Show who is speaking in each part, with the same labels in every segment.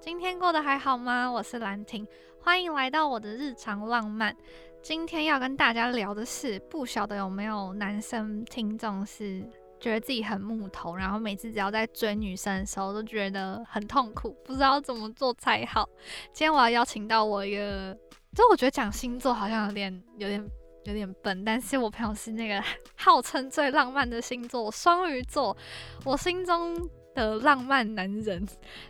Speaker 1: 今天过得还好吗？我是兰婷，欢迎来到我的日常浪漫。今天要跟大家聊的是，不晓得有没有男生听众是觉得自己很木头，然后每次只要在追女生的时候都觉得很痛苦，不知道怎么做才好。今天我要邀请到我一个，就我觉得讲星座好像有点有点有点笨，但是我朋友是那个号称最浪漫的星座双鱼座，我心中的浪漫男人。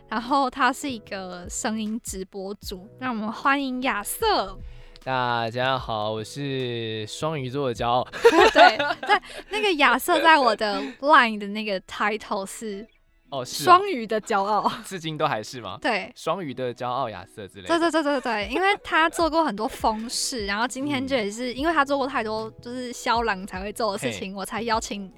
Speaker 1: 然后他是一个声音直播主，让我们欢迎亚 瑟。
Speaker 2: 大家好，我是双鱼座的骄傲。
Speaker 1: 对，在那个亚瑟在我的 Line 的那个 title 是
Speaker 2: 哦，是哦
Speaker 1: 双鱼的骄傲。
Speaker 2: 至今都还是吗？
Speaker 1: 对，
Speaker 2: 双鱼的骄傲亚瑟之类
Speaker 1: 对
Speaker 2: 的。
Speaker 1: 对对对对，因为他做过很多风事，然后今天这也是因为他做过太多就是肖郎才会做的事情，我才邀请。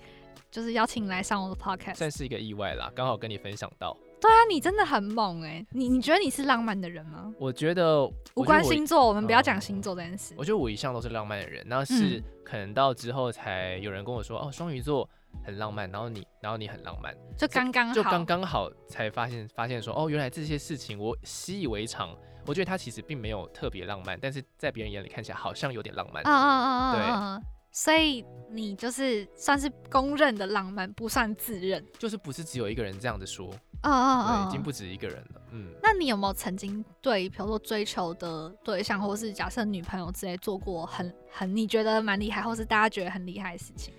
Speaker 1: 就是邀请你来上我的 podcast，
Speaker 2: 算是一个意外啦，刚好跟你分享到。
Speaker 1: 对啊，你真的很猛哎、你你觉得你是浪漫的人吗？
Speaker 2: 我觉得我
Speaker 1: 无
Speaker 2: 觉得
Speaker 1: 关
Speaker 2: 我
Speaker 1: 星座，我们不要讲
Speaker 2: 嗯
Speaker 1: 星座这件事。
Speaker 2: 我觉得我一向都是浪漫的人，
Speaker 1: 嗯
Speaker 2: 那是可能到之后才有人跟我说，哦，双鱼座很浪漫，然后你，然后你很浪漫，
Speaker 1: 就刚嗯刚好，
Speaker 2: 就刚刚好才发现发现说，哦，原来这些事情我习以为常。我觉得他其实并没有特别浪漫，但是在别人眼里看起来好像有点浪漫
Speaker 1: 嗯。嗯嗯
Speaker 2: 对
Speaker 1: 嗯嗯，所以你就是算是公认的浪漫，不算自认。
Speaker 2: 就是不是只有一个人这样子说，
Speaker 1: 嗯嗯
Speaker 2: 对，已经
Speaker 1: 嗯。
Speaker 2: 不止一个人了。嗯，
Speaker 1: 那你有没有曾经对，比如说追求的对象，或是假设女朋友之类做过很很你觉得蛮厉害，或是大家觉得很厉害的事情？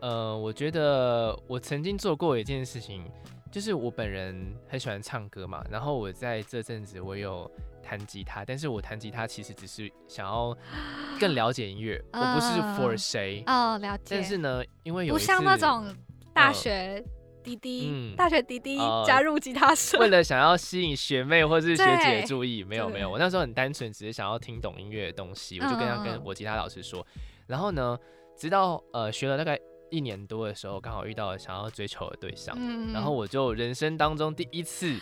Speaker 2: 呃，我觉得我曾经做过一件事情，就是我本人很喜欢唱歌嘛，然后我在这阵子我有弹吉他，但是我弹吉他其实只是想要更了解音乐，我不是 for
Speaker 1: 嗯
Speaker 2: 谁，
Speaker 1: 哦，了解。
Speaker 2: 但是呢，因为有
Speaker 1: 不
Speaker 2: 一
Speaker 1: 像那
Speaker 2: 次
Speaker 1: 种大学滴滴，
Speaker 2: 嗯
Speaker 1: 大学滴滴、
Speaker 2: 哦
Speaker 1: 加入吉他社
Speaker 2: 为。了想要吸引学妹或是学姐
Speaker 1: 对
Speaker 2: 的注意，没有
Speaker 1: 对
Speaker 2: 没有，我那时候很单纯，只是想要听懂音乐的东西，我就跟
Speaker 1: 嗯嗯
Speaker 2: 他
Speaker 1: 嗯
Speaker 2: 跟我吉他老师说，然后呢，直到呃学了大概一年多的时候，刚好遇到了想要追求的对象，
Speaker 1: 嗯
Speaker 2: 然后我就人生当中第一次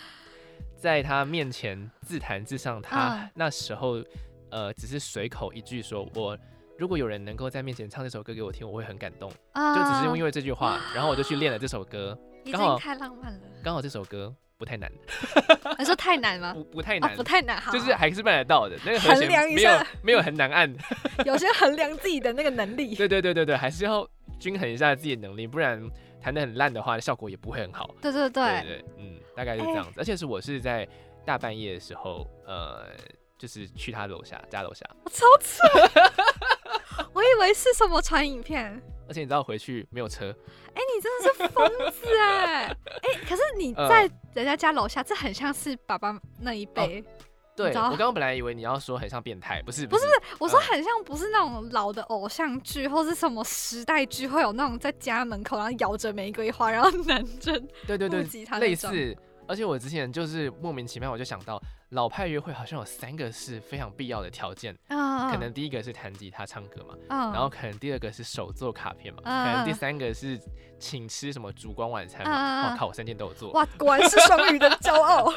Speaker 2: 在他面前自弹自唱，
Speaker 1: 嗯
Speaker 2: 他那时候呃只是随口一句说，我。如果有人能够在面前唱这首歌给我听，我会很感动。
Speaker 1: 啊
Speaker 2: 就只是因
Speaker 1: 为
Speaker 2: 为这句话，然后我就去练了这首歌。
Speaker 1: 已
Speaker 2: 刚好
Speaker 1: 经太浪漫了。
Speaker 2: 刚好这首歌不太难，
Speaker 1: 你说太难吗？
Speaker 2: 不不 太
Speaker 1: 啊
Speaker 2: 难，，
Speaker 1: 不太难，好
Speaker 2: 就是还是办得到的。那个和
Speaker 1: 衡
Speaker 2: 弦
Speaker 1: 量一
Speaker 2: 没有
Speaker 1: 下
Speaker 2: 没有很难按，
Speaker 1: 有些衡量自己的那个能力。
Speaker 2: 对对对对对，还是要均衡一下自己的能力，不然弹得很烂的话，效果也不会很好。
Speaker 1: 对对哎
Speaker 2: 对
Speaker 1: 对，
Speaker 2: 对，嗯，大概是这样子。而且是我是在大半夜的时候，呃，就是去他楼下家楼下，
Speaker 1: 我超扯， 我以为是什么传影片，哎、
Speaker 2: 而且你知道回去没有车，
Speaker 1: 你真的是疯子哎、哎、可是你
Speaker 2: 嗯
Speaker 1: 在人家家楼下，这很像是爸爸那一辈。
Speaker 2: 对
Speaker 1: 知道
Speaker 2: 我刚刚本来以为你要说很像变态，不是
Speaker 1: 不
Speaker 2: 是，
Speaker 1: 我说很像，不是那种老的偶像剧或是什么时代剧，会有那种在家门口，然后摇着玫瑰花，然后男生
Speaker 2: 对对
Speaker 1: 顾
Speaker 2: 对，
Speaker 1: 及他那
Speaker 2: 类
Speaker 1: 种。
Speaker 2: 似。而且我之前就是莫名其妙我就想到，老派约会好像有三个是非常必要的条件，
Speaker 1: 嗯，
Speaker 2: 可能第一个是弹吉他唱歌嘛，
Speaker 1: 嗯，
Speaker 2: 然后可能第二个是手做卡片嘛，
Speaker 1: 嗯
Speaker 2: 可能
Speaker 1: 嗯
Speaker 2: 第
Speaker 1: 嗯
Speaker 2: 三个是请吃什么烛光晚餐
Speaker 1: 嗯嗯嗯
Speaker 2: 嘛。我靠，我三件都有做，
Speaker 1: 哇，果然是双鱼的骄傲，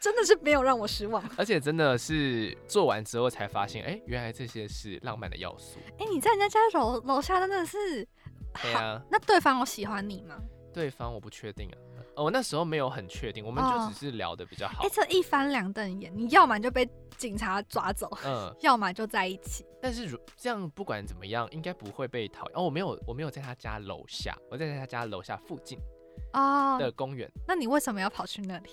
Speaker 1: 真的是没有让我失望。
Speaker 2: 而且真的是做完之后才发现，哎，原来这些是浪漫的要素。
Speaker 1: 哎、你在人家家楼楼下真的是，
Speaker 2: 对啊，
Speaker 1: 那对方有喜欢你吗？
Speaker 2: 对方我不确定啊，哦，我那时候没有很确定，我们
Speaker 1: 哦
Speaker 2: 就只是聊得比较好
Speaker 1: 哎、。这一翻两瞪眼，你要么就被警察抓走，
Speaker 2: 嗯，
Speaker 1: 要么就在一起。
Speaker 2: 但是如这样不管怎么样，应该不会被讨厌。哦，我没有，我没有在他家楼下，我在他家楼下附近
Speaker 1: 哦，
Speaker 2: 的公园，
Speaker 1: 那你为什么要跑去那里？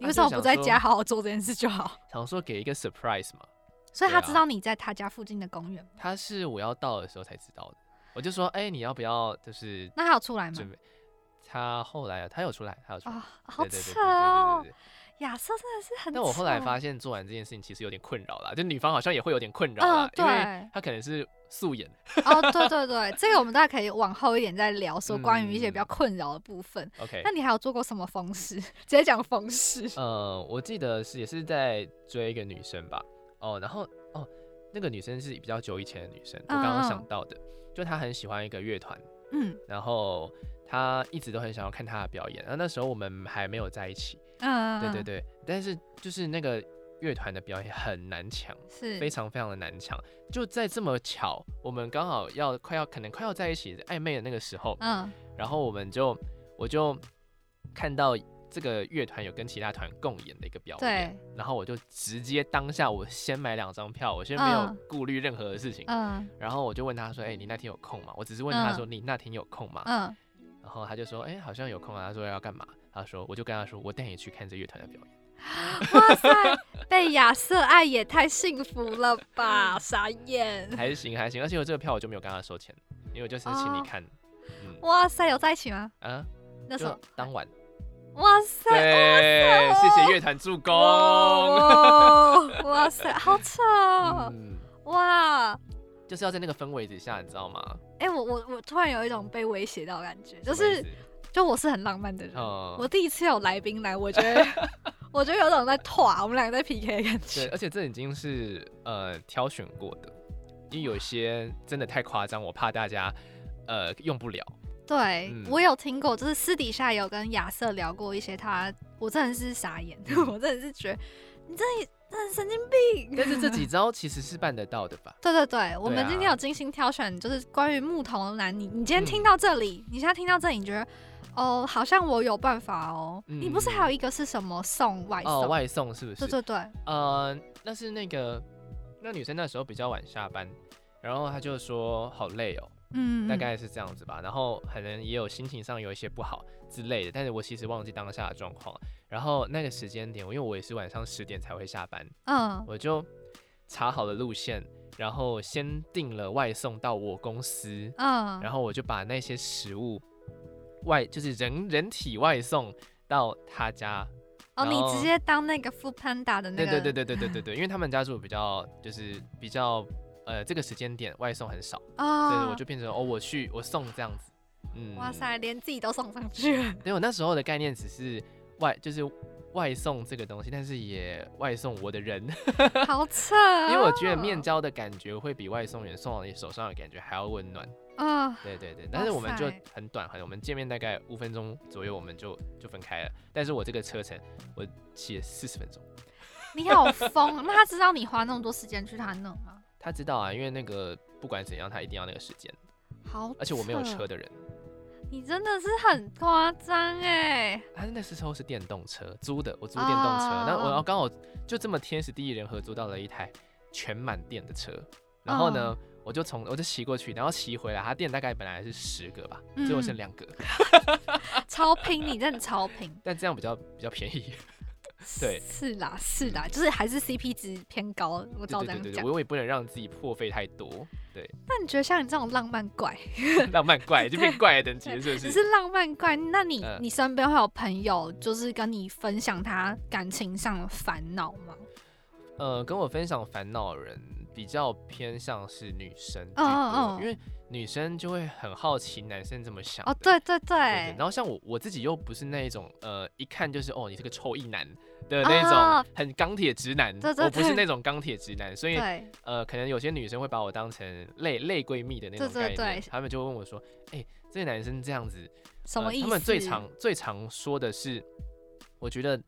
Speaker 1: 你
Speaker 2: 啊
Speaker 1: 为什么
Speaker 2: 就
Speaker 1: 不在
Speaker 2: 想
Speaker 1: 家
Speaker 2: 说
Speaker 1: 好好做这件事就好？
Speaker 2: 想说给一个 surprise 嘛。
Speaker 1: 所以他
Speaker 2: 对啊
Speaker 1: 知道你在他家附近的公园吗，
Speaker 2: 他是我要到的时候才知道的，我就说，哎，你要不要就是
Speaker 1: 那他有出来吗
Speaker 2: 准？备。他后来啊，他有出来，他有出来，
Speaker 1: 啊、好
Speaker 2: 对对对
Speaker 1: 扯
Speaker 2: 对对
Speaker 1: 哦
Speaker 2: 对！对对。
Speaker 1: 亚瑟真的是很扯。哦
Speaker 2: 但我后来发 现做完这件事情其实有点困扰啦，就女方好像也会有点困扰
Speaker 1: 嗯
Speaker 2: 啦，因为
Speaker 1: 对
Speaker 2: 她可能是素颜
Speaker 1: 哦，对对对，这个我们大家可以往后一点再聊，说关于一些比较
Speaker 2: 嗯
Speaker 1: 困扰的部分。
Speaker 2: ，OK
Speaker 1: 那。你还有做过什么风事？ 直接讲风事。
Speaker 2: 呃，我记得是也是在追一个女生吧，哦，然后哦，那个女生是比较久以前的女生，我刚
Speaker 1: 嗯
Speaker 2: 刚
Speaker 1: 嗯
Speaker 2: 想到的，就她很喜欢一个乐团，
Speaker 1: 嗯
Speaker 2: 然后她一直都很想要看她的表演，然后那时候我们还没有在一起，
Speaker 1: 嗯，
Speaker 2: 对对
Speaker 1: 对，
Speaker 2: 对，但是就是那个乐团的表演很难抢，
Speaker 1: 嗯是
Speaker 2: 非常非常的难抢。就在这么巧，我们刚好要快要可能快要在一起暧昧的那个时候，
Speaker 1: 嗯
Speaker 2: 然后我们就我就看到这个乐团有跟其他团共演的一个表演
Speaker 1: 对，，
Speaker 2: 然后我就直接当下我先买两张票，我先没有
Speaker 1: 嗯
Speaker 2: 顾虑任何的事情，
Speaker 1: 嗯
Speaker 2: 然后我就问他说，哎、你那天有空吗？我只是问他
Speaker 1: 嗯
Speaker 2: 说，你那天有空吗？
Speaker 1: 嗯，
Speaker 2: 然后他就说，哎、好像有空啊。他说要干嘛？他说，我就跟他说，我带你去看这乐团的表演。
Speaker 1: 哇塞，被亚瑟爱也太幸福了 吧，傻眼！
Speaker 2: 还行还行，而且我这个票我就没有跟他收钱，因为我就是请你
Speaker 1: 哦
Speaker 2: 看，嗯
Speaker 1: 哇塞，有在一起吗？
Speaker 2: 啊，
Speaker 1: 那时
Speaker 2: 就
Speaker 1: 候，
Speaker 2: 当晚，
Speaker 1: 哇塞，
Speaker 2: 对，谢谢乐团助攻。
Speaker 1: 哇 哇塞，好扯哦！
Speaker 2: 嗯，
Speaker 1: 哇，
Speaker 2: 就是要在那个氛围之下，你知道吗？
Speaker 1: 哎、我我我突然有一种被威胁到的感觉，就
Speaker 2: 什么意
Speaker 1: 是
Speaker 2: 思
Speaker 1: 就我是很浪漫的人，
Speaker 2: 嗯，
Speaker 1: 我第一次有来宾来，我觉 得我觉得有种在拓，我们两个在 PK 的感
Speaker 2: 对，
Speaker 1: 觉。
Speaker 2: 而且这已经是呃挑选过的，因为有些真的太夸张，我怕大家呃用不 了。
Speaker 1: 对，
Speaker 2: 嗯
Speaker 1: 我有听过，就是私底下有跟亚瑟聊过一些他，我真的是傻眼，
Speaker 2: 嗯
Speaker 1: 我真的是觉得你这真的神经病。
Speaker 2: 但是这几招其实是办得到的吧？
Speaker 1: 对对对，我
Speaker 2: 对
Speaker 1: 们
Speaker 2: 啊
Speaker 1: 今天有精心挑选，就是关于木头男，你你今天
Speaker 2: 嗯
Speaker 1: 听到这里，你现在听到这里，你觉得哦，好像我有办法哦。你不是还有一个是什么送外送？
Speaker 2: 嗯哦，外送是不是
Speaker 1: 对？对对，
Speaker 2: 呃，那是那个那女生那时候比较晚下班，然后她就说好累哦，
Speaker 1: 嗯，
Speaker 2: 大概是这样子吧。然后可能也有心情上有一些不好之类的，但是我其实忘记当下的状况。然后那个时间点，因为我也是晚上十点才会下班，
Speaker 1: 嗯
Speaker 2: 我就查好了路线，然后先订了外送到我公司，
Speaker 1: 嗯，
Speaker 2: 然后我就把那些食物外就是人人体外送到他家。
Speaker 1: 哦，
Speaker 2: 然
Speaker 1: 你
Speaker 2: 后
Speaker 1: 直接当那个 Food Panda 的那
Speaker 2: 对
Speaker 1: 个，
Speaker 2: 对对对对 对对对，因为他们家住比较就是比较呃这个时间点外送很少，
Speaker 1: 哦，
Speaker 2: 所以我就变成哦我去我送这样子。嗯，
Speaker 1: 哇塞，连自己都送上去 了，
Speaker 2: 对我那时候的概念只是外就是外送这个东西，但是也外送我的人，
Speaker 1: 好扯、啊
Speaker 2: 因为我觉得面，交的感觉会比外送员送到你手上的感觉还要温暖。
Speaker 1: 啊、哦，
Speaker 2: 对对对，但是我们就
Speaker 1: 塞
Speaker 2: 很短，很我们见面大概五分钟左右我们就就分开了。但是我这个车程我骑了四十分钟，
Speaker 1: 你好疯，啊 那他知道你花那么多时间去他那吗？
Speaker 2: 他知道啊，因为那个不管怎样他一定要那个时间，
Speaker 1: 好扯，
Speaker 2: 而且我没有车的人，
Speaker 1: 你真的是很夸张哎，
Speaker 2: 他啊那时候是电动车租的，我租电动车，那
Speaker 1: 哦哦
Speaker 2: 我刚好就这么天时地利人和租到了一台全满电的车，然后
Speaker 1: 哦
Speaker 2: 呢。我就从我就骑过去，然后骑回来，他电大概本来是十个吧，
Speaker 1: 嗯
Speaker 2: 最后剩两个，
Speaker 1: 超拼，你真的超拼，
Speaker 2: 但这样比较比较便 宜。对
Speaker 1: 是啦是啦，就是还是 CP 值偏高，我
Speaker 2: 对
Speaker 1: 照
Speaker 2: 对
Speaker 1: 这样
Speaker 2: 对对，
Speaker 1: 讲。
Speaker 2: 我也不能让自己破费太 多，对。
Speaker 1: 那你觉得像你这种浪漫怪，
Speaker 2: 浪漫怪，就变怪的等级了是不
Speaker 1: 只
Speaker 2: 是？
Speaker 1: 是浪漫怪，那你、
Speaker 2: 嗯
Speaker 1: 你身边会有朋友就是跟你分享他感情上的烦恼吗？
Speaker 2: 呃，跟我分享烦恼的人比较偏向是女生居多，
Speaker 1: 嗯嗯嗯
Speaker 2: 因为女生就会很好奇男生怎么想
Speaker 1: 哦，
Speaker 2: 的
Speaker 1: 对对对，
Speaker 2: 对对然后像我我自己又不是那一种呃，一看就是哦你是个臭一男的那
Speaker 1: 啊
Speaker 2: 种很钢铁直男，
Speaker 1: 对对
Speaker 2: 我不是
Speaker 1: 对
Speaker 2: 那种钢铁直男，所以
Speaker 1: 对，
Speaker 2: 呃，可能有些女生会把我当成类类闺蜜的那
Speaker 1: 对
Speaker 2: 种概
Speaker 1: 对
Speaker 2: 念，
Speaker 1: 对
Speaker 2: 他们就问我说，哎、这个男生这样子
Speaker 1: 什么
Speaker 2: 呃
Speaker 1: 意思？
Speaker 2: 他们最常最常说的是，我觉得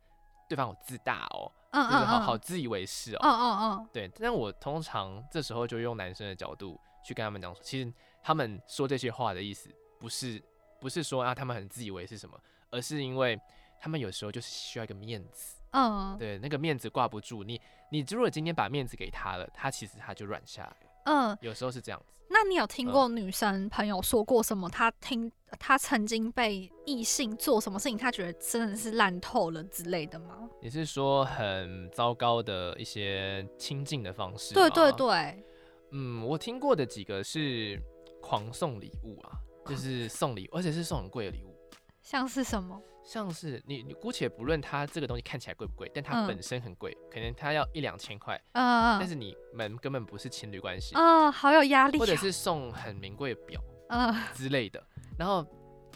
Speaker 2: 对方好自大哦，
Speaker 1: 嗯
Speaker 2: 就是
Speaker 1: 嗯
Speaker 2: 好
Speaker 1: 嗯，
Speaker 2: 好自以为是哦。
Speaker 1: 嗯嗯嗯，
Speaker 2: 对，但我通常这时候就用男生的角度去跟他们讲说，其实他们说这些话的意思不是不是说啊他们很自以为是什么，而是因为他们有时候就是需要一个面子，
Speaker 1: 嗯
Speaker 2: 对，那个面子挂不住你，你如果今天把面子给他了，他其实他就软下来了，
Speaker 1: 嗯，
Speaker 2: 有时候是这样子。
Speaker 1: 那你有听过女生朋友说过什么？她听她曾经被异性做什么事情，她觉得真的是烂透了之类的吗？
Speaker 2: 你是说很糟糕的一些亲近的方式？
Speaker 1: 对对。对，
Speaker 2: 嗯，我听过的几个是狂送礼物啊，就是送礼，而且是送很贵的礼物，
Speaker 1: 像是什么？
Speaker 2: 像是你你姑且不论它这个东西看起来贵不贵，但它
Speaker 1: 嗯
Speaker 2: 本身很贵，可能它要一两千块，
Speaker 1: 嗯
Speaker 2: 但
Speaker 1: 嗯
Speaker 2: 是你们根本不是情侣关系，
Speaker 1: 嗯，好有压力、
Speaker 2: 或者
Speaker 1: 哦。
Speaker 2: 是送很名贵的 表
Speaker 1: 嗯
Speaker 2: 之类的，然后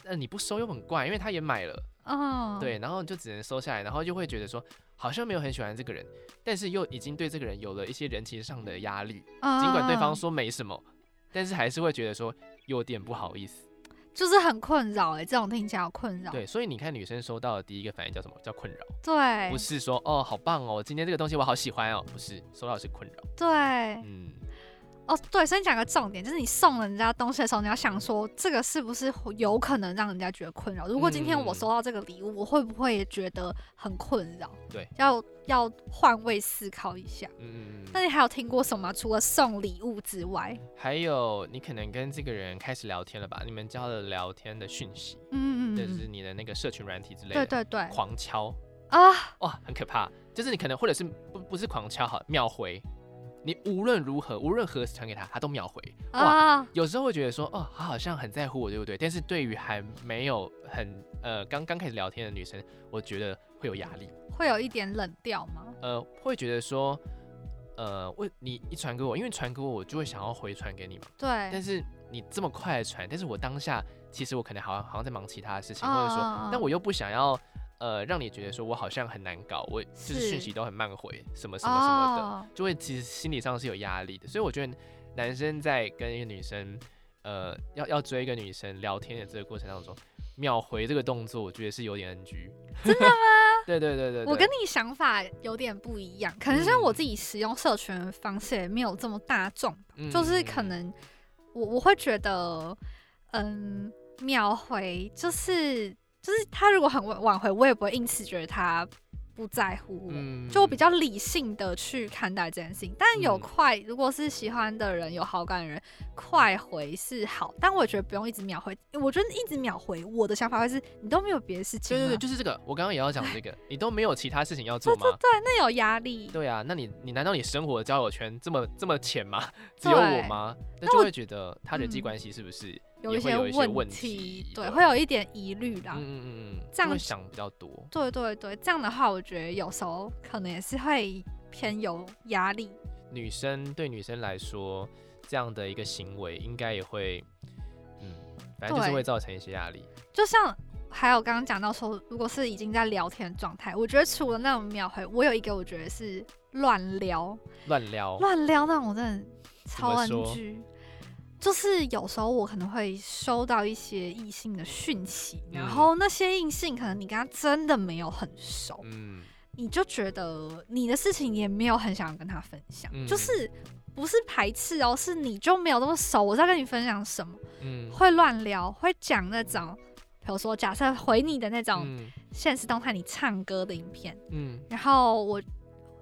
Speaker 2: 那你不收又很怪，因为他也买了，
Speaker 1: 嗯，
Speaker 2: 对，然后就只能收下来，然后就会觉得说好像没有很喜欢这个人，但是又已经对这个人有了一些人情上的压力，
Speaker 1: 嗯，
Speaker 2: 尽管对方
Speaker 1: 嗯
Speaker 2: 说没什么，但是还是会觉得说有点不好意思。
Speaker 1: 就是很困扰哎、这种听起来好困扰。
Speaker 2: 对，所以你看女生收到的第一个反应叫什么？叫困扰，
Speaker 1: 对
Speaker 2: 不是说哦好棒哦，今天这个东西我好喜欢哦，不是，收到的是困扰。
Speaker 1: 对，
Speaker 2: 嗯，
Speaker 1: 哦，对，所以讲个重点，就是你送人家东西的时候，你要想说这个是不是有可能让人家觉得困扰。如果今天我
Speaker 2: 嗯
Speaker 1: 收到这个礼物，我会不会也觉得很困扰？
Speaker 2: 对，
Speaker 1: 要要换位思考一下。
Speaker 2: 嗯，
Speaker 1: 那你还有听过什么？除了送礼物之外，
Speaker 2: 还有你可能跟这个人开始聊天了吧？你们交了聊天的讯息，
Speaker 1: 嗯嗯
Speaker 2: 就
Speaker 1: 嗯
Speaker 2: 是
Speaker 1: 嗯，
Speaker 2: 你的那个社群软体之类的，
Speaker 1: 对对对
Speaker 2: 狂敲，
Speaker 1: 啊，
Speaker 2: 哇，很可怕。就是你可能或者是不不是狂敲好秒回，你无论如何无论何时传给他，他都秒回。哇
Speaker 1: 啊，
Speaker 2: 有时候会觉得说，哦，他好像很在乎我，对不对？但是对于还没有很呃刚刚开始聊天的女生，我觉得会有压力，
Speaker 1: 会有一点冷掉吗？
Speaker 2: 呃，会觉得说，呃，为你一传给我，因为传给我，我就会想要回传给你嘛。但
Speaker 1: 对，
Speaker 2: 是你这么快的传，但是我当下其实我可能好像好像在忙其他的事情，
Speaker 1: 嗯
Speaker 2: 或
Speaker 1: 嗯
Speaker 2: 者说
Speaker 1: 嗯，
Speaker 2: 但我又不想要呃让你觉得说我好像很难搞，我就是
Speaker 1: 是
Speaker 2: 讯息都很慢回，什么什么什么的，
Speaker 1: 嗯哦
Speaker 2: 就会其实心理上是有压力的。所以我觉得男生在跟一个女生呃要要追一个女生聊天的这个过程当中，秒回这个动作，我觉得是有点 NG。
Speaker 1: 真的吗？
Speaker 2: 对对对对
Speaker 1: 我
Speaker 2: 对
Speaker 1: 跟你想法有点不一样，可能像
Speaker 2: 嗯
Speaker 1: 我自己使用社群的方式也没有这么大众吧，
Speaker 2: 嗯
Speaker 1: 就是可能我我会觉得，嗯，秒回就是就是他如果很晚晚回，我也不会因此觉得他不在乎我。
Speaker 2: 嗯
Speaker 1: 就我比较理性的去看待这件事情，但有
Speaker 2: 嗯
Speaker 1: 快，如果是喜欢的人、有好感的人，快回是好，但我也觉得不用一直秒回。我觉得一直秒回，我的想法会是你都没有别的事情
Speaker 2: 对
Speaker 1: 吗，
Speaker 2: 对对，就是这个，我刚刚也要讲 这个，你都没有其他事情要
Speaker 1: 对
Speaker 2: 做吗
Speaker 1: 对？对，那有压力。
Speaker 2: 对啊，那你你难道你生活的交友圈这么这么浅 吗？只
Speaker 1: 对
Speaker 2: 有我吗？那
Speaker 1: 那
Speaker 2: 就
Speaker 1: 我
Speaker 2: 会觉得他人
Speaker 1: 嗯
Speaker 2: 际关系是不是也
Speaker 1: 有一
Speaker 2: 会
Speaker 1: 些
Speaker 2: 有一些问
Speaker 1: 题，对，
Speaker 2: 的
Speaker 1: 会有一点疑虑啦。
Speaker 2: 嗯嗯嗯嗯，
Speaker 1: 这
Speaker 2: 就
Speaker 1: 样
Speaker 2: 会
Speaker 1: 子
Speaker 2: 想比较多。
Speaker 1: 对对对，这样的话，我觉得有时候可能也是会偏有压力。
Speaker 2: 女生对女生来说，这样的一个行为应该也会，嗯，反正就是
Speaker 1: 对
Speaker 2: 会造成一些压力。
Speaker 1: 就像还有刚刚讲到说，如果是已经在聊天的状态，我觉得除了那种秒回，我有一个我觉得是乱聊，
Speaker 2: 乱撩，
Speaker 1: 乱撩那种真的超
Speaker 2: 哦怎么
Speaker 1: NG。就是有时候我可能会收到一些异性的讯息，然
Speaker 2: 嗯
Speaker 1: 后那些异性可能你跟他真的没有很熟，
Speaker 2: 嗯，
Speaker 1: 你就觉得你的事情也没有很想跟他分享，
Speaker 2: 嗯
Speaker 1: 就是不是排斥哦，是你就没有那么熟，我在跟你分享什么，
Speaker 2: 嗯
Speaker 1: 会乱聊，会讲那种，比如说假设回你的那种
Speaker 2: 嗯
Speaker 1: 现实动态，你唱歌的影片，
Speaker 2: 嗯
Speaker 1: 然后我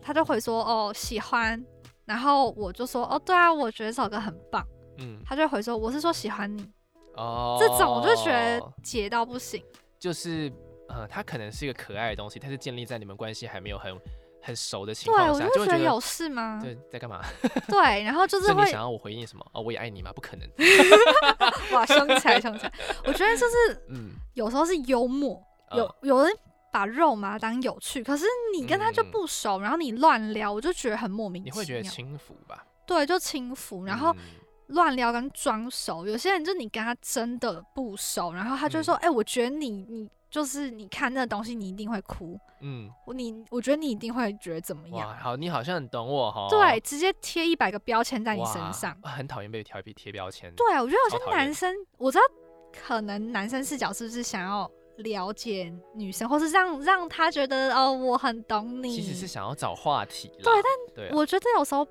Speaker 1: 他就回说哦喜欢，然后我就说哦对啊，我觉得这首歌很棒，
Speaker 2: 嗯，
Speaker 1: 他就回说我是说喜欢你，
Speaker 2: 哦，
Speaker 1: 这种我就觉得解到不行，
Speaker 2: 就是，呃，它可能是一个可爱的东西，但是建立在你们关系还没有很很熟的情
Speaker 1: 对啊
Speaker 2: 况
Speaker 1: 我
Speaker 2: 下，
Speaker 1: 就
Speaker 2: 就会
Speaker 1: 觉得
Speaker 2: 觉
Speaker 1: 有
Speaker 2: 得
Speaker 1: 事吗？
Speaker 2: 这在干嘛？
Speaker 1: 对，然后就是
Speaker 2: 是你
Speaker 1: 会
Speaker 2: 想要我回应什么？哦，我也爱你吗？不可 能。
Speaker 1: 哇，凶起来，凶起来！我觉得就是
Speaker 2: 嗯，
Speaker 1: 有时候是幽默，
Speaker 2: 呃
Speaker 1: 有、有人把肉麻当有趣，可是你跟他就不熟，然后你乱撩，我就觉得很莫名其
Speaker 2: 嗯你
Speaker 1: 妙。
Speaker 2: 会觉得轻浮吧？
Speaker 1: 对，就轻浮，然后
Speaker 2: 嗯
Speaker 1: 乱撩跟装熟。有些人就你跟他真的不熟，然后他就会说：“
Speaker 2: 嗯
Speaker 1: 哎、我觉得你你就是你看那东西，你一定会哭，
Speaker 2: 嗯，
Speaker 1: 我你我觉得你一定会觉得怎么样
Speaker 2: 哇，好，你好像很懂我哈。
Speaker 1: 哎对，，直接贴一百个标签在你身
Speaker 2: 哇
Speaker 1: 上。
Speaker 2: 啊很讨厌被贴贴标签。
Speaker 1: 对，啊我觉得
Speaker 2: 超
Speaker 1: 有
Speaker 2: 讨
Speaker 1: 些
Speaker 2: 厌
Speaker 1: 男生，我知道可能男生视角是不是想要了解女生，或是让让他觉得哦，我很懂你。
Speaker 2: 其实是想要找话题啦。
Speaker 1: 对
Speaker 2: 但对啊，
Speaker 1: 我觉得有时候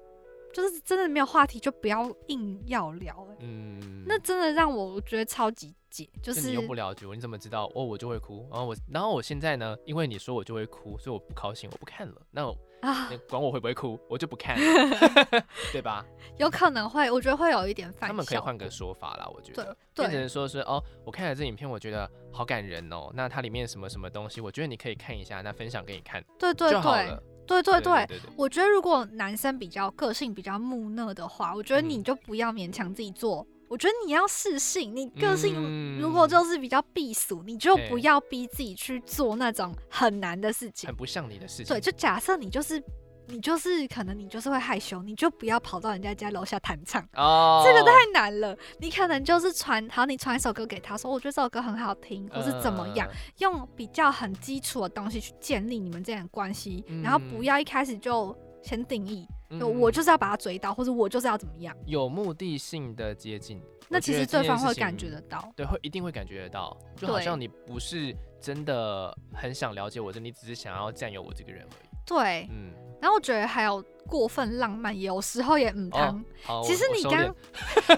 Speaker 1: 就是真的没有话题，就不要硬要聊、欸
Speaker 2: 嗯，
Speaker 1: 那真的让我觉得超级解，就
Speaker 2: 就你
Speaker 1: 是
Speaker 2: 又不了解我，你怎么知道？哦，我就会哭。然后我，然后我现在呢，因为你说我就会哭，所以我不高兴，我不看了。那我
Speaker 1: 啊
Speaker 2: 你，管我会不会哭，我就不看了， 对 吧？
Speaker 1: 有可能会，我觉得会有一点反
Speaker 2: 他们可以
Speaker 1: 效
Speaker 2: 换个
Speaker 1: 果
Speaker 2: 说法啦，我觉
Speaker 1: 对
Speaker 2: 得。变
Speaker 1: 对
Speaker 2: 成说是哦，我看了这影片，我觉得好感人哦。那它里面什么什么东西，我觉得你可以看一下，那分享给你看
Speaker 1: 对对
Speaker 2: 就好
Speaker 1: 对
Speaker 2: 了。
Speaker 1: 对对对。
Speaker 2: 对对，
Speaker 1: 我觉得如果男生比较个性比较木讷的话，我觉得你
Speaker 2: 嗯
Speaker 1: 就不要勉强自己做。我觉得你要适性，你个性
Speaker 2: 嗯
Speaker 1: 如果就是比较避俗，你就
Speaker 2: 对
Speaker 1: 不要逼自己去做那种很难的事情
Speaker 2: 很。不像你的事情。
Speaker 1: 对，就假设你就是你就是可能你就是会害羞，你就不要跑到人家家楼下弹唱，
Speaker 2: 哦，
Speaker 1: 这个太难了。你可能就是传好，你传一首歌给他说，我觉得这首歌很好听，或是怎么样，
Speaker 2: 嗯？
Speaker 1: 用比较很基础的东西去建立你们之间的关系，然后不
Speaker 2: 嗯
Speaker 1: 要一开始就先定义，
Speaker 2: 嗯
Speaker 1: 就我
Speaker 2: 嗯
Speaker 1: 就是要把他追到，或者我就是要怎么样，
Speaker 2: 有目的性的接近，
Speaker 1: 那
Speaker 2: 我
Speaker 1: 其实
Speaker 2: 觉得这
Speaker 1: 对
Speaker 2: 件
Speaker 1: 方
Speaker 2: 事
Speaker 1: 会
Speaker 2: 情
Speaker 1: 感觉得到。
Speaker 2: 对，会一定会感觉得到，就好
Speaker 1: 对
Speaker 2: 像你不是真的很想了解我，这你只是想要占有我这个人而已。
Speaker 1: 对，
Speaker 2: 嗯，
Speaker 1: 然后我觉得还有过分浪漫，有时候也嗯汤。
Speaker 2: 好，
Speaker 1: 其
Speaker 2: 我
Speaker 1: 实
Speaker 2: 哦我
Speaker 1: 你
Speaker 2: 收
Speaker 1: 刚
Speaker 2: 敛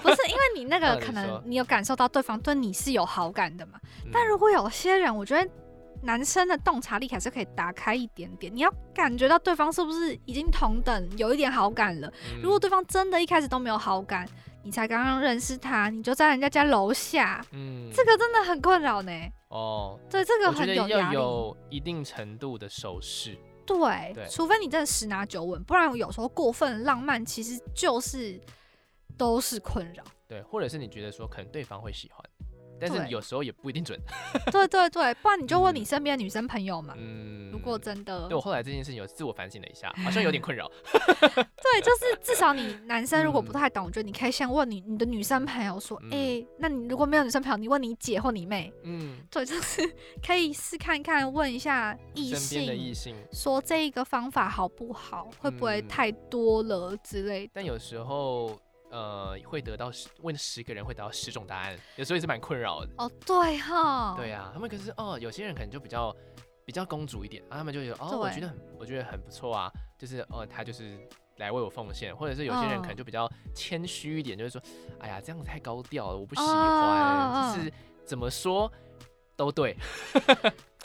Speaker 1: 不是因为你那
Speaker 2: 哦
Speaker 1: 个
Speaker 2: 你
Speaker 1: 可
Speaker 2: 说
Speaker 1: 能你有感受到对方对你是有好感的嘛，但
Speaker 2: 嗯
Speaker 1: 如果有些人，我觉得男生的洞察力还是可以打开一点点，你要感觉到对方是不是已经同等有一点好感了。如果
Speaker 2: 嗯
Speaker 1: 对方真的一开始都没有好感，你才刚刚认识他，你就在人家家楼下，
Speaker 2: 嗯
Speaker 1: 这个真的很困扰呢。
Speaker 2: 哦，
Speaker 1: 对，这个
Speaker 2: 我觉
Speaker 1: 很
Speaker 2: 得
Speaker 1: 有压
Speaker 2: 要
Speaker 1: 力。
Speaker 2: 有一定程度的手势，
Speaker 1: 对，
Speaker 2: 对
Speaker 1: 除非你真的十拿九稳，不然有时候过分浪漫其实就是都是困 扰。
Speaker 2: 对，或者是你觉得说可能对方会喜欢，但是
Speaker 1: 对
Speaker 2: 有时候也不一定准。
Speaker 1: 对对对，不然你就问
Speaker 2: 嗯
Speaker 1: 你身边的女生朋友嘛。
Speaker 2: 嗯，
Speaker 1: 如果真的
Speaker 2: 对我后来这件事情有自我反省了一下，好像有点 困扰。
Speaker 1: 对，就是 至少你男生如果不
Speaker 2: 嗯
Speaker 1: 太懂，我觉得你可以先问你你的女生朋友说，
Speaker 2: 嗯
Speaker 1: 哎、那你如果没有女生朋友，你问你姐或你妹，
Speaker 2: 嗯，
Speaker 1: 对，就是可以试看看，问一下异
Speaker 2: 身边的异
Speaker 1: 性，
Speaker 2: 性，
Speaker 1: 说这一个方法好不好，会不会
Speaker 2: 嗯
Speaker 1: 太多了之类的。
Speaker 2: 但有时候呃会得到十问十个人会得到十种答案，有时候也是蛮困扰的。
Speaker 1: 哦，对哈，
Speaker 2: 对啊，他们可是哦，有些人可能就比较比较公主一点，啊、他们就觉得哦，我
Speaker 1: 对
Speaker 2: 觉得很我觉得很不错啊，就是哦，他就是来为我奉献，或者是有些人可能
Speaker 1: 嗯
Speaker 2: 就比较谦虚一点，就是说，哎呀，这样子太高调了，我不喜
Speaker 1: 哦
Speaker 2: 欢，就是怎么说都对，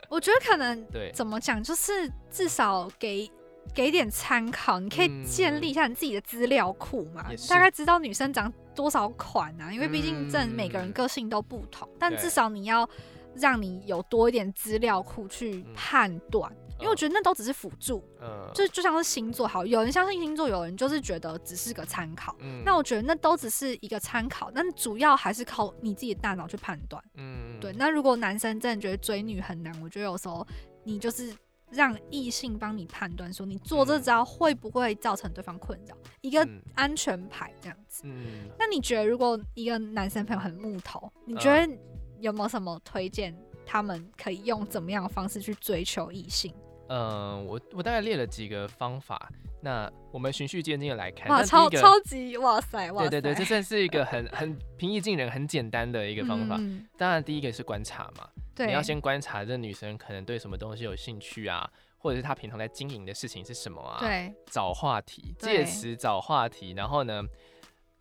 Speaker 1: 我觉得可能
Speaker 2: 对，
Speaker 1: 怎么讲，就是至少给。给一点参考，你可以建立一下你自己的资料库嘛，
Speaker 2: 也
Speaker 1: 你
Speaker 2: 是
Speaker 1: 大概知道女生长多少款啊，因为毕竟这每个
Speaker 2: 嗯
Speaker 1: 人个性都不同，但
Speaker 2: 对
Speaker 1: 至少你要让你有多一点资料库去
Speaker 2: 嗯
Speaker 1: 判断，因为我觉得那都只是辅助，
Speaker 2: 嗯，
Speaker 1: 就就像是星座好，有人相信星座，有人就是觉得只是个参考，
Speaker 2: 嗯
Speaker 1: 那我觉得那都只是一个参考，但主要还是靠你自己的大脑去判断。
Speaker 2: 嗯
Speaker 1: 对，那如果男生真的觉得追女很难，我觉得有时候你就是让异性帮你判断，说你做这
Speaker 2: 嗯
Speaker 1: 招会不会造成对方困扰，一个
Speaker 2: 嗯
Speaker 1: 安全牌这样子。
Speaker 2: 嗯
Speaker 1: 那你觉得如果一个男生朋友很木头，你觉
Speaker 2: 嗯
Speaker 1: 得有没有什么推荐他们可以用怎么样的方式去追求异性？
Speaker 2: 嗯，我我大概列了几个方法，那我们循序渐进的来看，
Speaker 1: 哇，
Speaker 2: 哎那第
Speaker 1: 超
Speaker 2: 一个
Speaker 1: 超级哇塞哇
Speaker 2: 对
Speaker 1: 塞！
Speaker 2: 对对，这算是一个很很平易近人、很简单的一个方法。
Speaker 1: 嗯、
Speaker 2: 当然，第一个是观察嘛，
Speaker 1: 对，
Speaker 2: 你要先观察这女生可能对什么东西有兴趣啊，或者是她平常在经营的事情是什么啊，，
Speaker 1: 对，
Speaker 2: 找话题，
Speaker 1: 对
Speaker 2: 借此找话题。然后呢，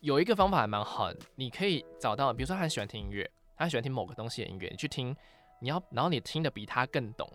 Speaker 2: 有一个方法还蛮好的，你可以找到，比如说她很喜欢听音乐，她很喜欢听某个东西的音乐，你去听，你要，然后你听的比她更懂，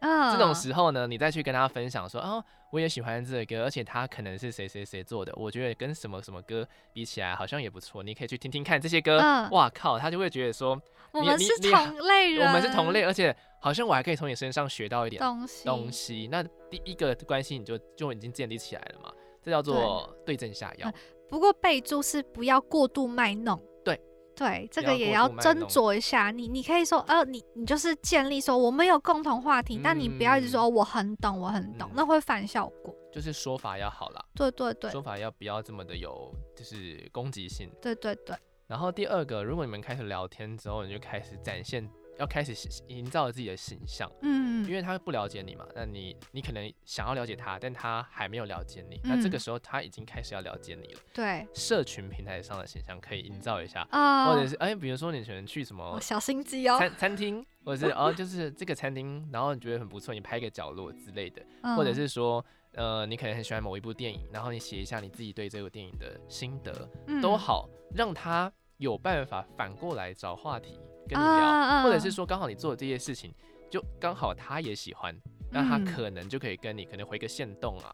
Speaker 1: 嗯，
Speaker 2: 这种时候呢，你再去跟他分享说，哦，我也喜欢这个歌，而且他可能是谁谁谁做的，我觉得跟什么什么歌比起来好像也不错，你可以去听听看这些歌。
Speaker 1: 嗯
Speaker 2: 哇靠，他就会觉得说
Speaker 1: 我
Speaker 2: 你
Speaker 1: 们
Speaker 2: 你
Speaker 1: 是
Speaker 2: 你
Speaker 1: 同类人，
Speaker 2: 我们是同类，而且好像我还可以从你身上学到一点
Speaker 1: 东西，
Speaker 2: 东西。那第一个关系你就就已经建立起来了嘛，这叫做对症下药。
Speaker 1: 不过备注是不要过度卖弄。
Speaker 2: 对
Speaker 1: 对，这
Speaker 2: 不要
Speaker 1: 个也
Speaker 2: 过
Speaker 1: 要
Speaker 2: 度卖
Speaker 1: 斟
Speaker 2: 弄
Speaker 1: 酌一下。你你可以说，呃，你你就是建立说我们有共同话题，但你不要一直说我很懂，我很懂，
Speaker 2: 嗯
Speaker 1: 那会反效果。
Speaker 2: 就是说法要好啦，
Speaker 1: 对对对
Speaker 2: 说法要不要这么的有就是攻击性。
Speaker 1: 对对对，
Speaker 2: 然后第二个，如果你们开始聊天之后，你就开始展现，要开始营造自己的形象。因
Speaker 1: 嗯，
Speaker 2: 为他不了解你嘛，那你你可能想要了解他，但他还没有了解你，那这个
Speaker 1: 嗯
Speaker 2: 时候他已经开始要了解你了。
Speaker 1: 对
Speaker 2: 社群平台上的形象可以营造一下，
Speaker 1: 啊，
Speaker 2: 或者是哎、比如说你可能去什么
Speaker 1: 哦小心机哦，
Speaker 2: 餐餐厅，或者是哦就是这个餐厅，然后你觉得很不错，你拍个角落之类的，或者
Speaker 1: 嗯
Speaker 2: 是说呃你可能很喜欢某一部电影，然后你写一下你自己对这部电影的心得，都
Speaker 1: 嗯
Speaker 2: 好，让他有办法反过来找话题跟你聊。
Speaker 1: 啊
Speaker 2: 或者是说刚好你做的这些事情，就刚好他也喜欢，那他
Speaker 1: 嗯
Speaker 2: 可能就可以跟你可能回个线动啊，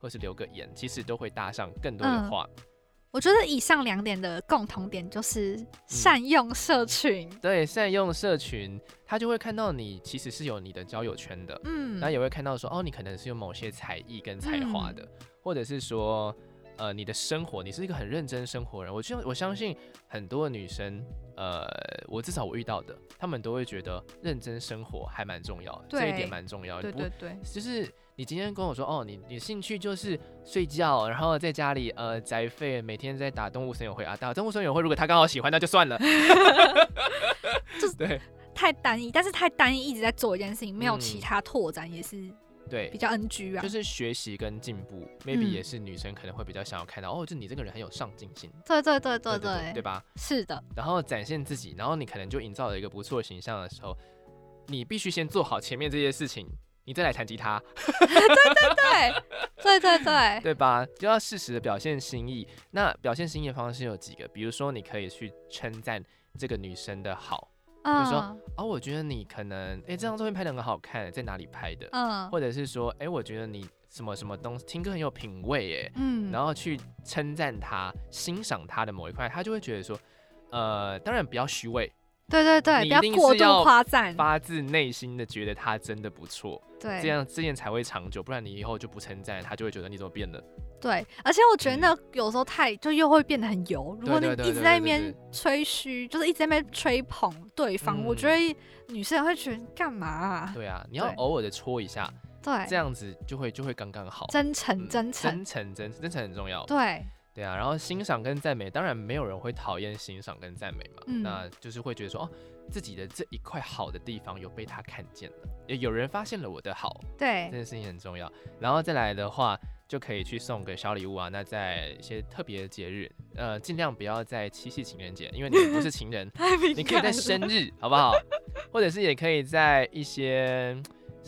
Speaker 2: 或是留个言，其实都会搭上更多的
Speaker 1: 嗯
Speaker 2: 话。
Speaker 1: 我觉得以上两点的共同点就是善
Speaker 2: 嗯
Speaker 1: 用社群，
Speaker 2: 对，善用社群，他就会看到你其实是有你的交友圈的，
Speaker 1: 嗯
Speaker 2: 那、，也会看到说哦，你可能是有某些才艺跟才华
Speaker 1: 嗯
Speaker 2: 的，或者是说。呃，你的生活，你是一个很认真生活人。我相我相信很多女生，呃，我至少我遇到的，她们都会觉得认真生活还蛮重要的，这一
Speaker 1: 对
Speaker 2: 点蛮重要的。
Speaker 1: 对
Speaker 2: 你不
Speaker 1: 对对，
Speaker 2: 就是你今天跟我说，哦，你你兴趣就是睡觉，然后在家里呃宅废，每天在打动物森友会啊，打动物森友会，如果他刚好喜欢，那就算了。
Speaker 1: 就是
Speaker 2: 对
Speaker 1: 太单一，但是太单一一直在做一件事情，没有其
Speaker 2: 嗯
Speaker 1: 他拓展也是比
Speaker 2: 对，
Speaker 1: 较 NG 啊，
Speaker 2: 就是学习跟进步，maybe
Speaker 1: 嗯
Speaker 2: 也是女生可能会比较想要看到，哦，就你这个人很有上进心，
Speaker 1: 对对对对
Speaker 2: 对对，对吧？
Speaker 1: 是的，
Speaker 2: 然后展现自己，然后你可能就营造了一个不错的形象的时候，你必须先做好前面这些事情，你再来弹吉 他，
Speaker 1: 对对对 对，
Speaker 2: 对吧？就要适时的表现心意。那表现心意的方式有几个，比如说你可以去称赞这个女生的好，就说
Speaker 1: 嗯
Speaker 2: 哦，我觉得你可能，哎、这张照片拍的很好看，在哪里拍的？
Speaker 1: 嗯
Speaker 2: 或者是说，哎、我觉得你什么什么东西听歌很有品味，哎，
Speaker 1: 嗯，
Speaker 2: 然后去称赞他、欣赏他的某一块，他就会觉得说，呃，当然不要虚伪，
Speaker 1: 对对对，
Speaker 2: 你
Speaker 1: 不
Speaker 2: 一定是
Speaker 1: 过
Speaker 2: 要
Speaker 1: 度夸赞，
Speaker 2: 发自内心的觉得他真的不错，这
Speaker 1: 嗯对
Speaker 2: 样这件才会长久，不然你以后就不称赞，他就会觉得你怎么变了。
Speaker 1: 对，而且我觉得那有时候太就又会变得很油，如果你
Speaker 2: 嗯对对对
Speaker 1: 一直在
Speaker 2: 对对嗯
Speaker 1: 那边吹嘘，就是一直在那边吹捧对方，我觉得女生会觉得干嘛啊？
Speaker 2: 对啊，你要
Speaker 1: 对
Speaker 2: 偶尔的戳一下，这
Speaker 1: 对，
Speaker 2: 样子就会就会刚刚好。
Speaker 1: 真
Speaker 2: 嗯
Speaker 1: 诚真诚
Speaker 2: 真，诚，真真诚很重要。
Speaker 1: 对
Speaker 2: 对啊，然后欣赏跟赞美，当然没有人会讨厌欣赏跟赞美嘛，
Speaker 1: 嗯
Speaker 2: 那就是会觉得说，哦，自己的这一块好的地方有被他看见了，也有人发现了我的好，这
Speaker 1: 对，
Speaker 2: 件事情很重要。然后再来的话，就可以去送个小礼物啊。那在一些特别的节日，呃，尽量不要在七夕情人节，因为你们不是 情人，
Speaker 1: 太敏
Speaker 2: 你可以
Speaker 1: 感
Speaker 2: 在
Speaker 1: 了。
Speaker 2: 生日，好不好？或者是也可以在一些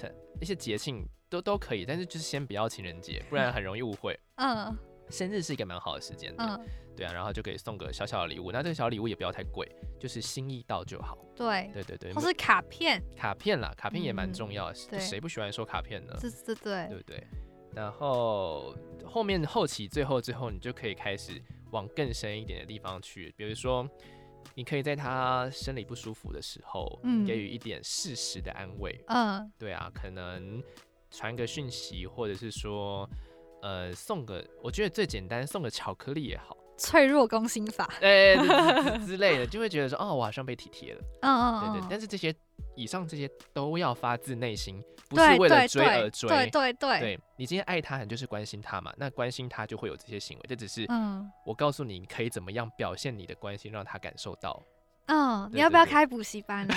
Speaker 2: 呃一些节庆都都可以，但是就是先不要情人节，不然很容易误会。
Speaker 1: 嗯
Speaker 2: 生日是一个蛮好的时间点，
Speaker 1: 嗯，
Speaker 2: 对啊，然后就可以送个小小的礼物，那这个小礼物也不要太贵，就是心意到就好。
Speaker 1: 对，
Speaker 2: 对对对
Speaker 1: 或，是卡片，
Speaker 2: 卡片啦，卡片也蛮
Speaker 1: 嗯
Speaker 2: 重要的，
Speaker 1: 对
Speaker 2: 谁不喜欢收卡片呢？
Speaker 1: 对对对
Speaker 2: 对不对？然后后面后期最后最后，你就可以开始往更深一点的地方去，比如说，你可以在他生理不舒服的时候，
Speaker 1: 嗯
Speaker 2: 给予一点适时的安慰。
Speaker 1: 嗯
Speaker 2: 对啊，可能传个讯息，或者是说，呃，送个，我觉得最简单，送个巧克力也好，
Speaker 1: 脆弱攻心法，
Speaker 2: 哎、之之之类的，就会觉得说，哦，我好像被体贴了。
Speaker 1: 嗯
Speaker 2: 对
Speaker 1: 嗯
Speaker 2: 对，
Speaker 1: 嗯，
Speaker 2: 但是这些以上这些都要发自内心，不
Speaker 1: 对
Speaker 2: 是为了
Speaker 1: 对
Speaker 2: 追
Speaker 1: 对
Speaker 2: 而追。
Speaker 1: 对对对，
Speaker 2: 对你今天爱他，你就是关心他嘛，那关心他就会有这些行为。这只是
Speaker 1: 嗯
Speaker 2: 我告诉你，你可以怎么样表现你的关心，让他感受 到。
Speaker 1: 嗯，你
Speaker 2: 对
Speaker 1: 要
Speaker 2: 对
Speaker 1: 不要
Speaker 2: 对
Speaker 1: 开补习班呢？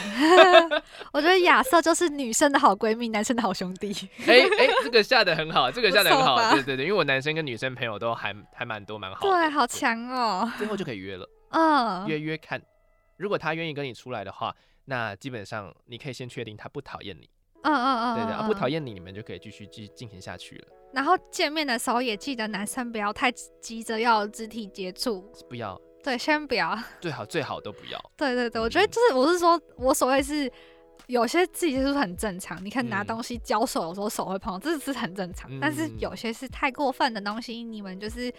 Speaker 1: 我觉得亚瑟就是女生的好闺蜜，男生的好兄弟。
Speaker 2: 哎哎，这个下的很好，这个
Speaker 1: 不
Speaker 2: 下的很
Speaker 1: 错
Speaker 2: 好，
Speaker 1: 吧
Speaker 2: 对对对，因为我男生跟女生朋友都还还蛮多蛮好的，
Speaker 1: 对，好强哦。
Speaker 2: 最后就可以约了，
Speaker 1: 嗯，
Speaker 2: 约约看。如果他愿意跟你出来的话，那基本上你可以先确定他不讨厌你，
Speaker 1: 嗯嗯嗯，
Speaker 2: 对对，啊、不讨
Speaker 1: 厌。
Speaker 2: 厌你，你们就可以继续继进行下去了。
Speaker 1: 然后见面的时候也记得男生不要太急着要肢体接触，
Speaker 2: 不要，
Speaker 1: 对，先不要。
Speaker 2: 最好最好都不要。
Speaker 1: 对对对，我觉
Speaker 2: 嗯
Speaker 1: 得就是我是说，我所谓是有些肢体接触是很正常，你看拿
Speaker 2: 嗯
Speaker 1: 东西交手有时候手会碰到，这是很正常。但是
Speaker 2: 嗯
Speaker 1: 有些是太过分的东西，你们就是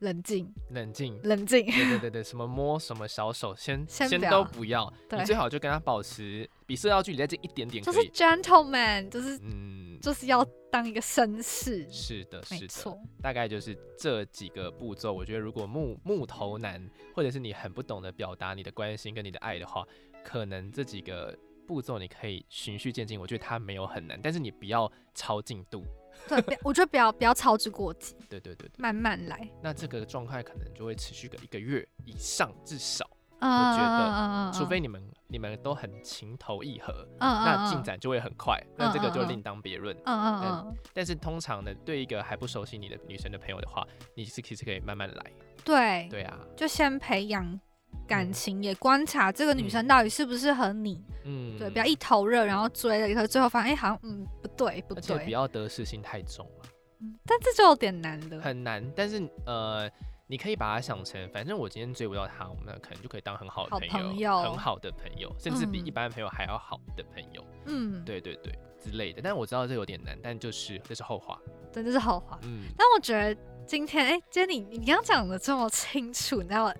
Speaker 1: 冷静，
Speaker 2: 冷静，
Speaker 1: 冷静。
Speaker 2: 对对对对，什么摸什么小手，先
Speaker 1: 先不
Speaker 2: 都
Speaker 1: 要
Speaker 2: 不要，你
Speaker 1: 对
Speaker 2: 最好就跟他保持比社交距离在这一点点
Speaker 1: 就
Speaker 2: 可
Speaker 1: 是
Speaker 2: 以。
Speaker 1: gentleman，就是
Speaker 2: 嗯，
Speaker 1: 就是要当一个绅士，
Speaker 2: 是的，
Speaker 1: 没
Speaker 2: 是的，
Speaker 1: 错。
Speaker 2: 大概就是这几个步骤。我觉得如果木木头男，或者是你很不懂得表达你的关心跟你的爱的话，可能这几个步骤你可以循序渐进。我觉得它没有很难，但是你不要超进度。
Speaker 1: 对，不要我觉得不要不要操之过急，
Speaker 2: 对对对对，
Speaker 1: 慢慢来。
Speaker 2: 那这个状态可能就会持续个一个月以上至少，
Speaker 1: 嗯
Speaker 2: 觉得
Speaker 1: 嗯
Speaker 2: 除非你们你们都很情投意合，
Speaker 1: 嗯嗯
Speaker 2: 那进
Speaker 1: 嗯
Speaker 2: 展就会很快，那这个
Speaker 1: 嗯
Speaker 2: 就
Speaker 1: 嗯嗯
Speaker 2: 另当别论。
Speaker 1: 嗯嗯嗯，
Speaker 2: 但是通常呢，对一个还不熟悉你的女生的朋友的话，你是其实可以慢慢来。
Speaker 1: 对，
Speaker 2: 对嗯啊，
Speaker 1: 就先培养感情，也观察这个女生到底适不适合你。
Speaker 2: 嗯，
Speaker 1: 对，不要一头热，然后追了以后，最后发现哎、好像嗯不对不
Speaker 2: 而且不
Speaker 1: 对，
Speaker 2: 要得失心太重了，
Speaker 1: 嗯但这就有点难了。
Speaker 2: 很难。但是呃，你可以把它想成，反正我今天追不到他，我们可能就可以当很好的
Speaker 1: 好
Speaker 2: 朋友，
Speaker 1: 朋友
Speaker 2: 很好的朋友，甚至比
Speaker 1: 嗯
Speaker 2: 一般朋友还要好的朋友。
Speaker 1: 嗯，
Speaker 2: 对对对，之类的。但我知道这有点难，但就是这是后话。
Speaker 1: 真的是好滑。
Speaker 2: 嗯，
Speaker 1: 但我觉得今天哎、今天你你刚刚讲的这么清楚，你知道吗？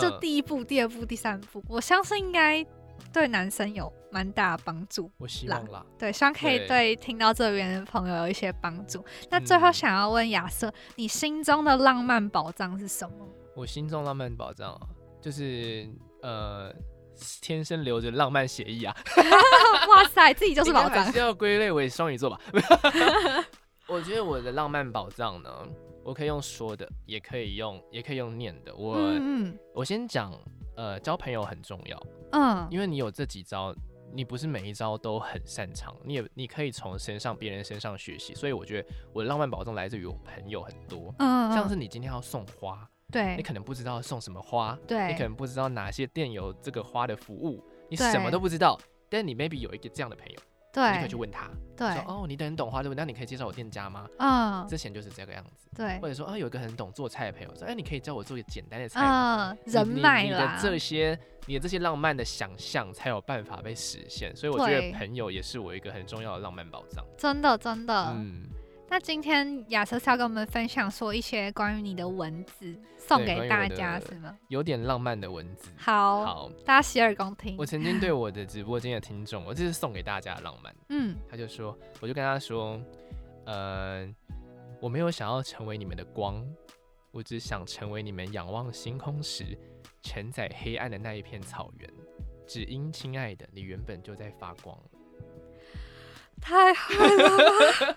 Speaker 1: 就
Speaker 2: 呃
Speaker 1: 第一步、第二步、第三步，我相信应该对男生有蛮大的帮助。
Speaker 2: 我希
Speaker 1: 啦
Speaker 2: 望啦，
Speaker 1: 对，希望可以
Speaker 2: 对
Speaker 1: 对听到这边的朋友有一些帮助。那最后
Speaker 2: 嗯
Speaker 1: 想要问亚瑟，你心中的浪漫宝藏是什么？
Speaker 2: 我心中浪漫宝藏啊，就是呃，天生留着浪漫血液啊，
Speaker 1: 哇塞，自己就是
Speaker 2: 应该
Speaker 1: 宝
Speaker 2: 还
Speaker 1: 藏
Speaker 2: 是。要归类为双鱼座吧。 我觉得我的浪漫宝藏呢，我可以用说的，也可以用，也可以用念的。我、
Speaker 1: 嗯
Speaker 2: 我先讲，呃，交朋友很重要，
Speaker 1: 嗯嗯
Speaker 2: 欸因为你有这几招，你不是每一招都很擅长，你也你可以从身上别人身上学习。所以我觉得我的浪漫宝藏来自于我朋友很多，
Speaker 1: 嗯，
Speaker 2: 像
Speaker 1: 嗯
Speaker 2: 是你今天要送花，你
Speaker 1: 对
Speaker 2: 可能不知道送什么花，你
Speaker 1: 对
Speaker 2: 可能不知道哪些店有这个花的服务，你
Speaker 1: 对
Speaker 2: 什么都不知道，但你 maybe 有一个这样的朋友，你就可以
Speaker 1: 对
Speaker 2: 去问他，
Speaker 1: 对
Speaker 2: 说，哦，你很懂花对不对？那你可以介绍我店家吗？
Speaker 1: 嗯，
Speaker 2: 之前就是这个样子，
Speaker 1: 对
Speaker 2: 或，者说啊，有一个很懂做菜的朋友说，哎，你可以教我做一个简单的菜吗？
Speaker 1: 嗯，
Speaker 2: 你
Speaker 1: 人
Speaker 2: 你
Speaker 1: 脉
Speaker 2: 你的
Speaker 1: 啦，
Speaker 2: 这些，你的这些浪漫的想象才有办法被实现，所以我觉
Speaker 1: 对
Speaker 2: 得朋友也是我一个很重要的浪漫宝藏。
Speaker 1: 真的真的。
Speaker 2: 嗯，
Speaker 1: 那今天亚瑟是要跟我们分享说一些关于你的文字，送
Speaker 2: 对关
Speaker 1: 给
Speaker 2: 于
Speaker 1: 大
Speaker 2: 我的
Speaker 1: 家是 吗？
Speaker 2: 有点浪漫的文字。
Speaker 1: 好，
Speaker 2: 好，
Speaker 1: 大家洗耳恭听
Speaker 2: 我。曾经对我的直播间的听众，我这是送给大家的浪漫。
Speaker 1: 嗯，
Speaker 2: 他就说，我就跟他说，呃，我没有想要成为你们的光，我只想成为你们仰望星空时承载黑暗的那一片草原。只因，亲爱的，你原本就在发光。
Speaker 1: 太坏了吧，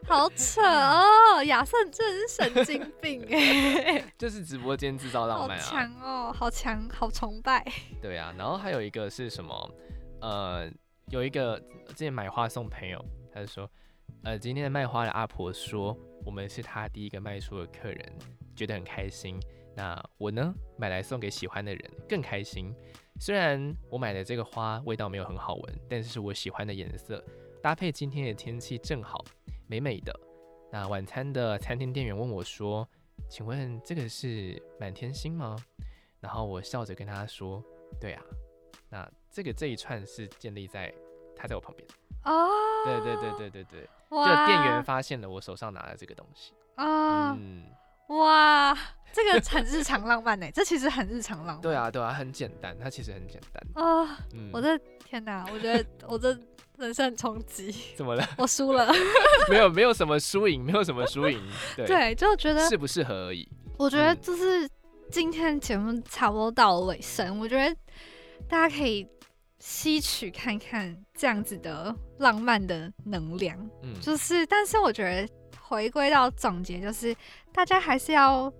Speaker 1: 好扯哦！亚瑟你真的是神经 病哎、
Speaker 2: 这是直播间制造浪
Speaker 1: 好
Speaker 2: 漫啊！
Speaker 1: 强哦，好强，好崇 拜。
Speaker 2: 对啊，然后还有一个是什么？呃，有一个之前买花送朋友，他就说，呃，今天的卖花的阿婆说，我们是她第一个卖出的客人，觉得很开心。那我呢，买来送给喜欢的人，更开心。虽然我买的这个花味道没有很好闻，但是是我喜欢的颜色，搭配今天的天气正好，美美的。那晚餐的餐厅店员问我说：“请问这个是满天星吗？”然后我笑着跟他说：“对啊，那这个这一串是建立在他在我旁边。
Speaker 1: 哦，
Speaker 2: 对对对对对对，
Speaker 1: 哇，
Speaker 2: 就店员发现了我手上拿的这个东西。
Speaker 1: 啊、
Speaker 2: 嗯，
Speaker 1: 哇，这个很日常浪漫哎、这其实很日常浪漫。
Speaker 2: 对啊对啊，很简单，它其实很简单。
Speaker 1: 啊、
Speaker 2: 嗯，
Speaker 1: 我的天哪，我觉得我的人生很冲 击，
Speaker 2: 怎么了？
Speaker 1: 我输了。
Speaker 2: 没有没有什么输赢，没有什么输赢，对，
Speaker 1: 对，就觉得
Speaker 2: 适不适合而已。
Speaker 1: 我觉得
Speaker 2: 嗯
Speaker 1: 就是今天节目差不多到尾声，我觉得大家可以吸取看看这样子的浪漫的能量。
Speaker 2: 嗯，
Speaker 1: 就是，但是我觉得回归到总结，就是大家还是要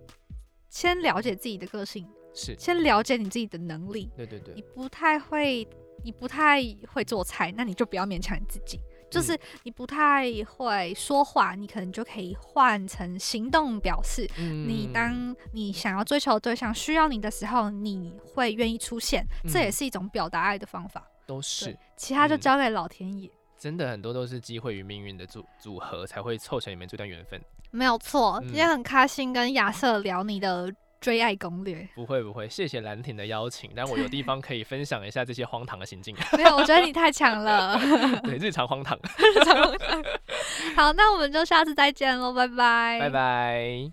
Speaker 1: 先了解自己的个性，
Speaker 2: 是，
Speaker 1: 先了解你自己的能力。
Speaker 2: 对对
Speaker 1: 你
Speaker 2: 对，
Speaker 1: 不太会，你不太会做菜，那你就不要勉强你自己。
Speaker 2: 嗯
Speaker 1: 就是你不太会说话，你可能就可以换成行动表示，
Speaker 2: 嗯
Speaker 1: 你当你想要追求的对象需要你的时候，你会愿意出现，这也
Speaker 2: 嗯
Speaker 1: 是一种表达爱的方法。
Speaker 2: 都是
Speaker 1: 对其他就
Speaker 2: 嗯
Speaker 1: 交给老天爷，
Speaker 2: 真的，很多都是机会与命运的组组合才会凑成你们这段缘分。
Speaker 1: 没有错。今天
Speaker 2: 嗯
Speaker 1: 很开心跟亚瑟聊你的追爱攻略，
Speaker 2: 不会不会，谢谢兰亭的邀请，但我有地方可以分享一下这些荒唐的 行径，
Speaker 1: 没有，我觉得你太强了。
Speaker 2: 对，日常荒唐。
Speaker 1: 好，那我们就下次再见喽，拜拜，
Speaker 2: 拜。拜。